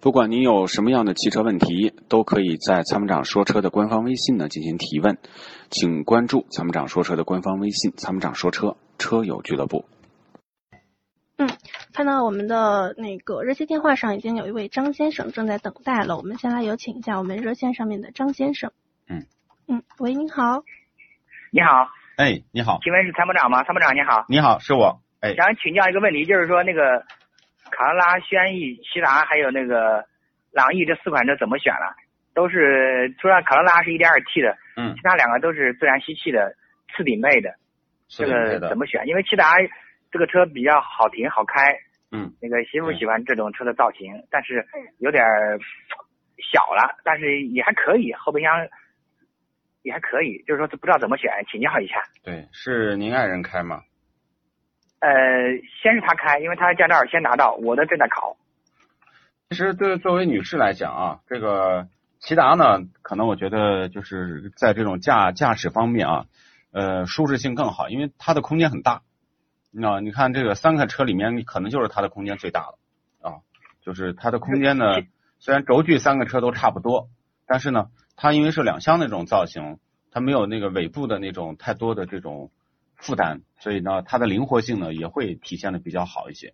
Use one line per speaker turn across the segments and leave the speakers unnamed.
不管您有什么样的汽车问题，都可以在参谋长说车的官方微信呢进行提问，请关注参谋长说车的官方微信“参谋长说车车友俱乐部
看到我们的那个热线电话上已经有一位张先生正在等待了，我们先来有请一下我们热线上面的张先生。
嗯
嗯，喂，您好，
你好，”。
哎，你好，
请问是参谋长吗？参谋长你好，
你好，是我。哎，
想请教一个问题，就是说那个卡罗拉、轩逸、骐达还有那个朗逸这四款车怎么选了？都是除了卡罗拉是 1.2T 的，
嗯
其，他两个都是自然吸气的次顶配的，
是
这
林配
个
的
怎。么选？因为骐达这个车比较好停好开，
嗯，
那个媳妇
嗯
喜欢这种车的造型，但是有点儿小了，但是也还可以，后备箱也还可以，就是说不知道怎么选，请教一下。
对，是您爱人开吗？
呃，先是他开，因为他的驾照先拿到，我的正在考。
其实对作为女士来讲啊，这个骐达呢，可能我觉得就是在这种驾驾驶方面啊，呃，舒适性更好，因为它的空间很大。那你看这个三个车里面，可能就是它的空间最大了啊，就是它的空间呢，虽然轴距三个车都差不多，但是呢，它因为是两厢那种造型，它没有那个尾部的那种太多的这种负担，所以呢，它的灵活性呢也会体现的比较好一些。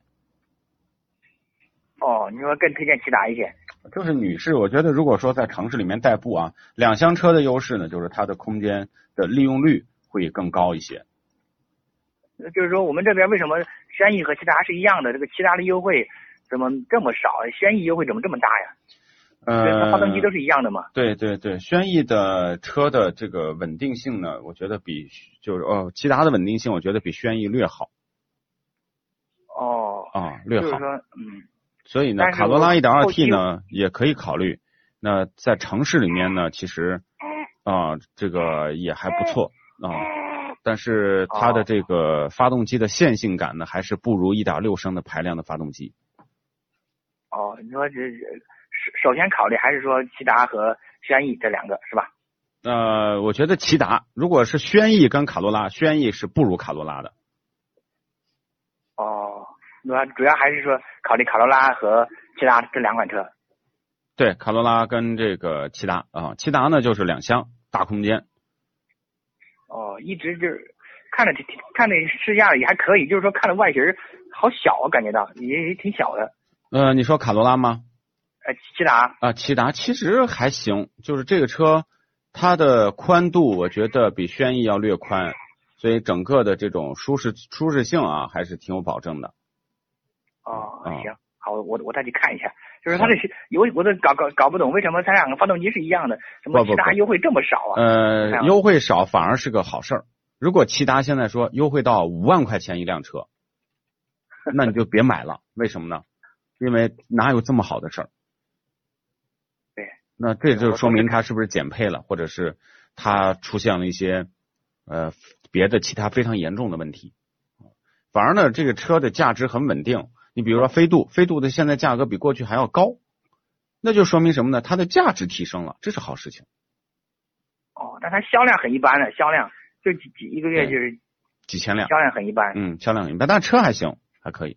哦，你说更推荐骐达一些。
就是女士，我觉得如果说在城市里面代步啊，两厢车的优势呢，就是它的空间的利用率会更高一些。
就是说我们这边为什么轩逸和骐达是一样的，这个骐达的优惠怎么这么少？轩逸优惠怎么这么大呀？它
呃，
发动机都是一样的嘛。
对对对，轩逸的车的这个稳定性呢，我觉得比就是哦，其他的稳定性我觉得比轩逸略好
哦，
啊，
就
略
是
好。
说，嗯，
所以呢
但，是
卡罗拉
我后
1.2T
期
呢也可以考虑。那在城市里面呢，其实
哎
啊、这个也还不错啊、但是它的这个发动机的线性感呢，还是不如1.6升的排量的发动机。
哦，你说这首首先考虑还是说骐达和轩逸这两个是吧？
呃，我觉得骐达如果是轩逸跟卡罗拉，轩逸是不如卡罗拉的。
哦，那主要还是说考虑卡罗拉和骐达这两款车。
对，卡罗拉跟这个骐达啊，骐达呢就是两厢大空间，
哦，一直就是看着挺挺看着试驾也还可以，就是说看着外形儿好小啊，感觉到也也挺小的。
呃，你说卡罗拉吗？
呃，骐达
啊，骐达其实还行，就是这个车它的宽度我觉得比轩逸要略宽，所以整个的这种舒适舒适性啊还是挺有保证的。
哦
嗯，
行，好，我我再去看一下。就是它这是有我都搞搞搞不懂，为什么它两个发动机是一样的，怎么
不不
骐达
不
优惠这么少啊？
呃
看，
优惠少反而是个好事儿。如果骐达现在说优惠到五万块钱一辆 车，那你就别买了。为什么呢？因为哪有这么好的事儿？
对。
那这就说明它是不是减配了，或者是它出现了一些呃别的其他非常严重的问题。反而呢，这个车的价值很稳定。你比如说飞度，飞度的现在价格比过去还要高，那就说明什么呢？它的价值提升了，这是好事情。
哦，但它销量很一般的，销量就几几一个月
对
就是
几千辆。
销量很一般。
嗯，销量很一般，但车还行，还可以。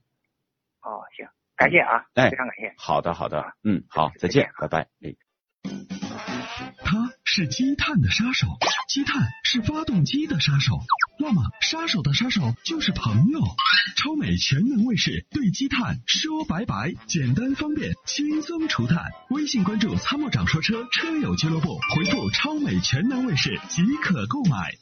哦，行，感谢啊，
哎
非常感谢。
好的，好的，嗯，好，再见，拜拜。哎。
它是积碳的杀手，积碳是发动机的杀手。那么，杀手的杀手就是朋友。超美全能卫士对积碳说拜拜，简单方便，轻松除碳。微信关注“参谋长说车”车友俱乐部，回复“超美全能卫士”即可购买。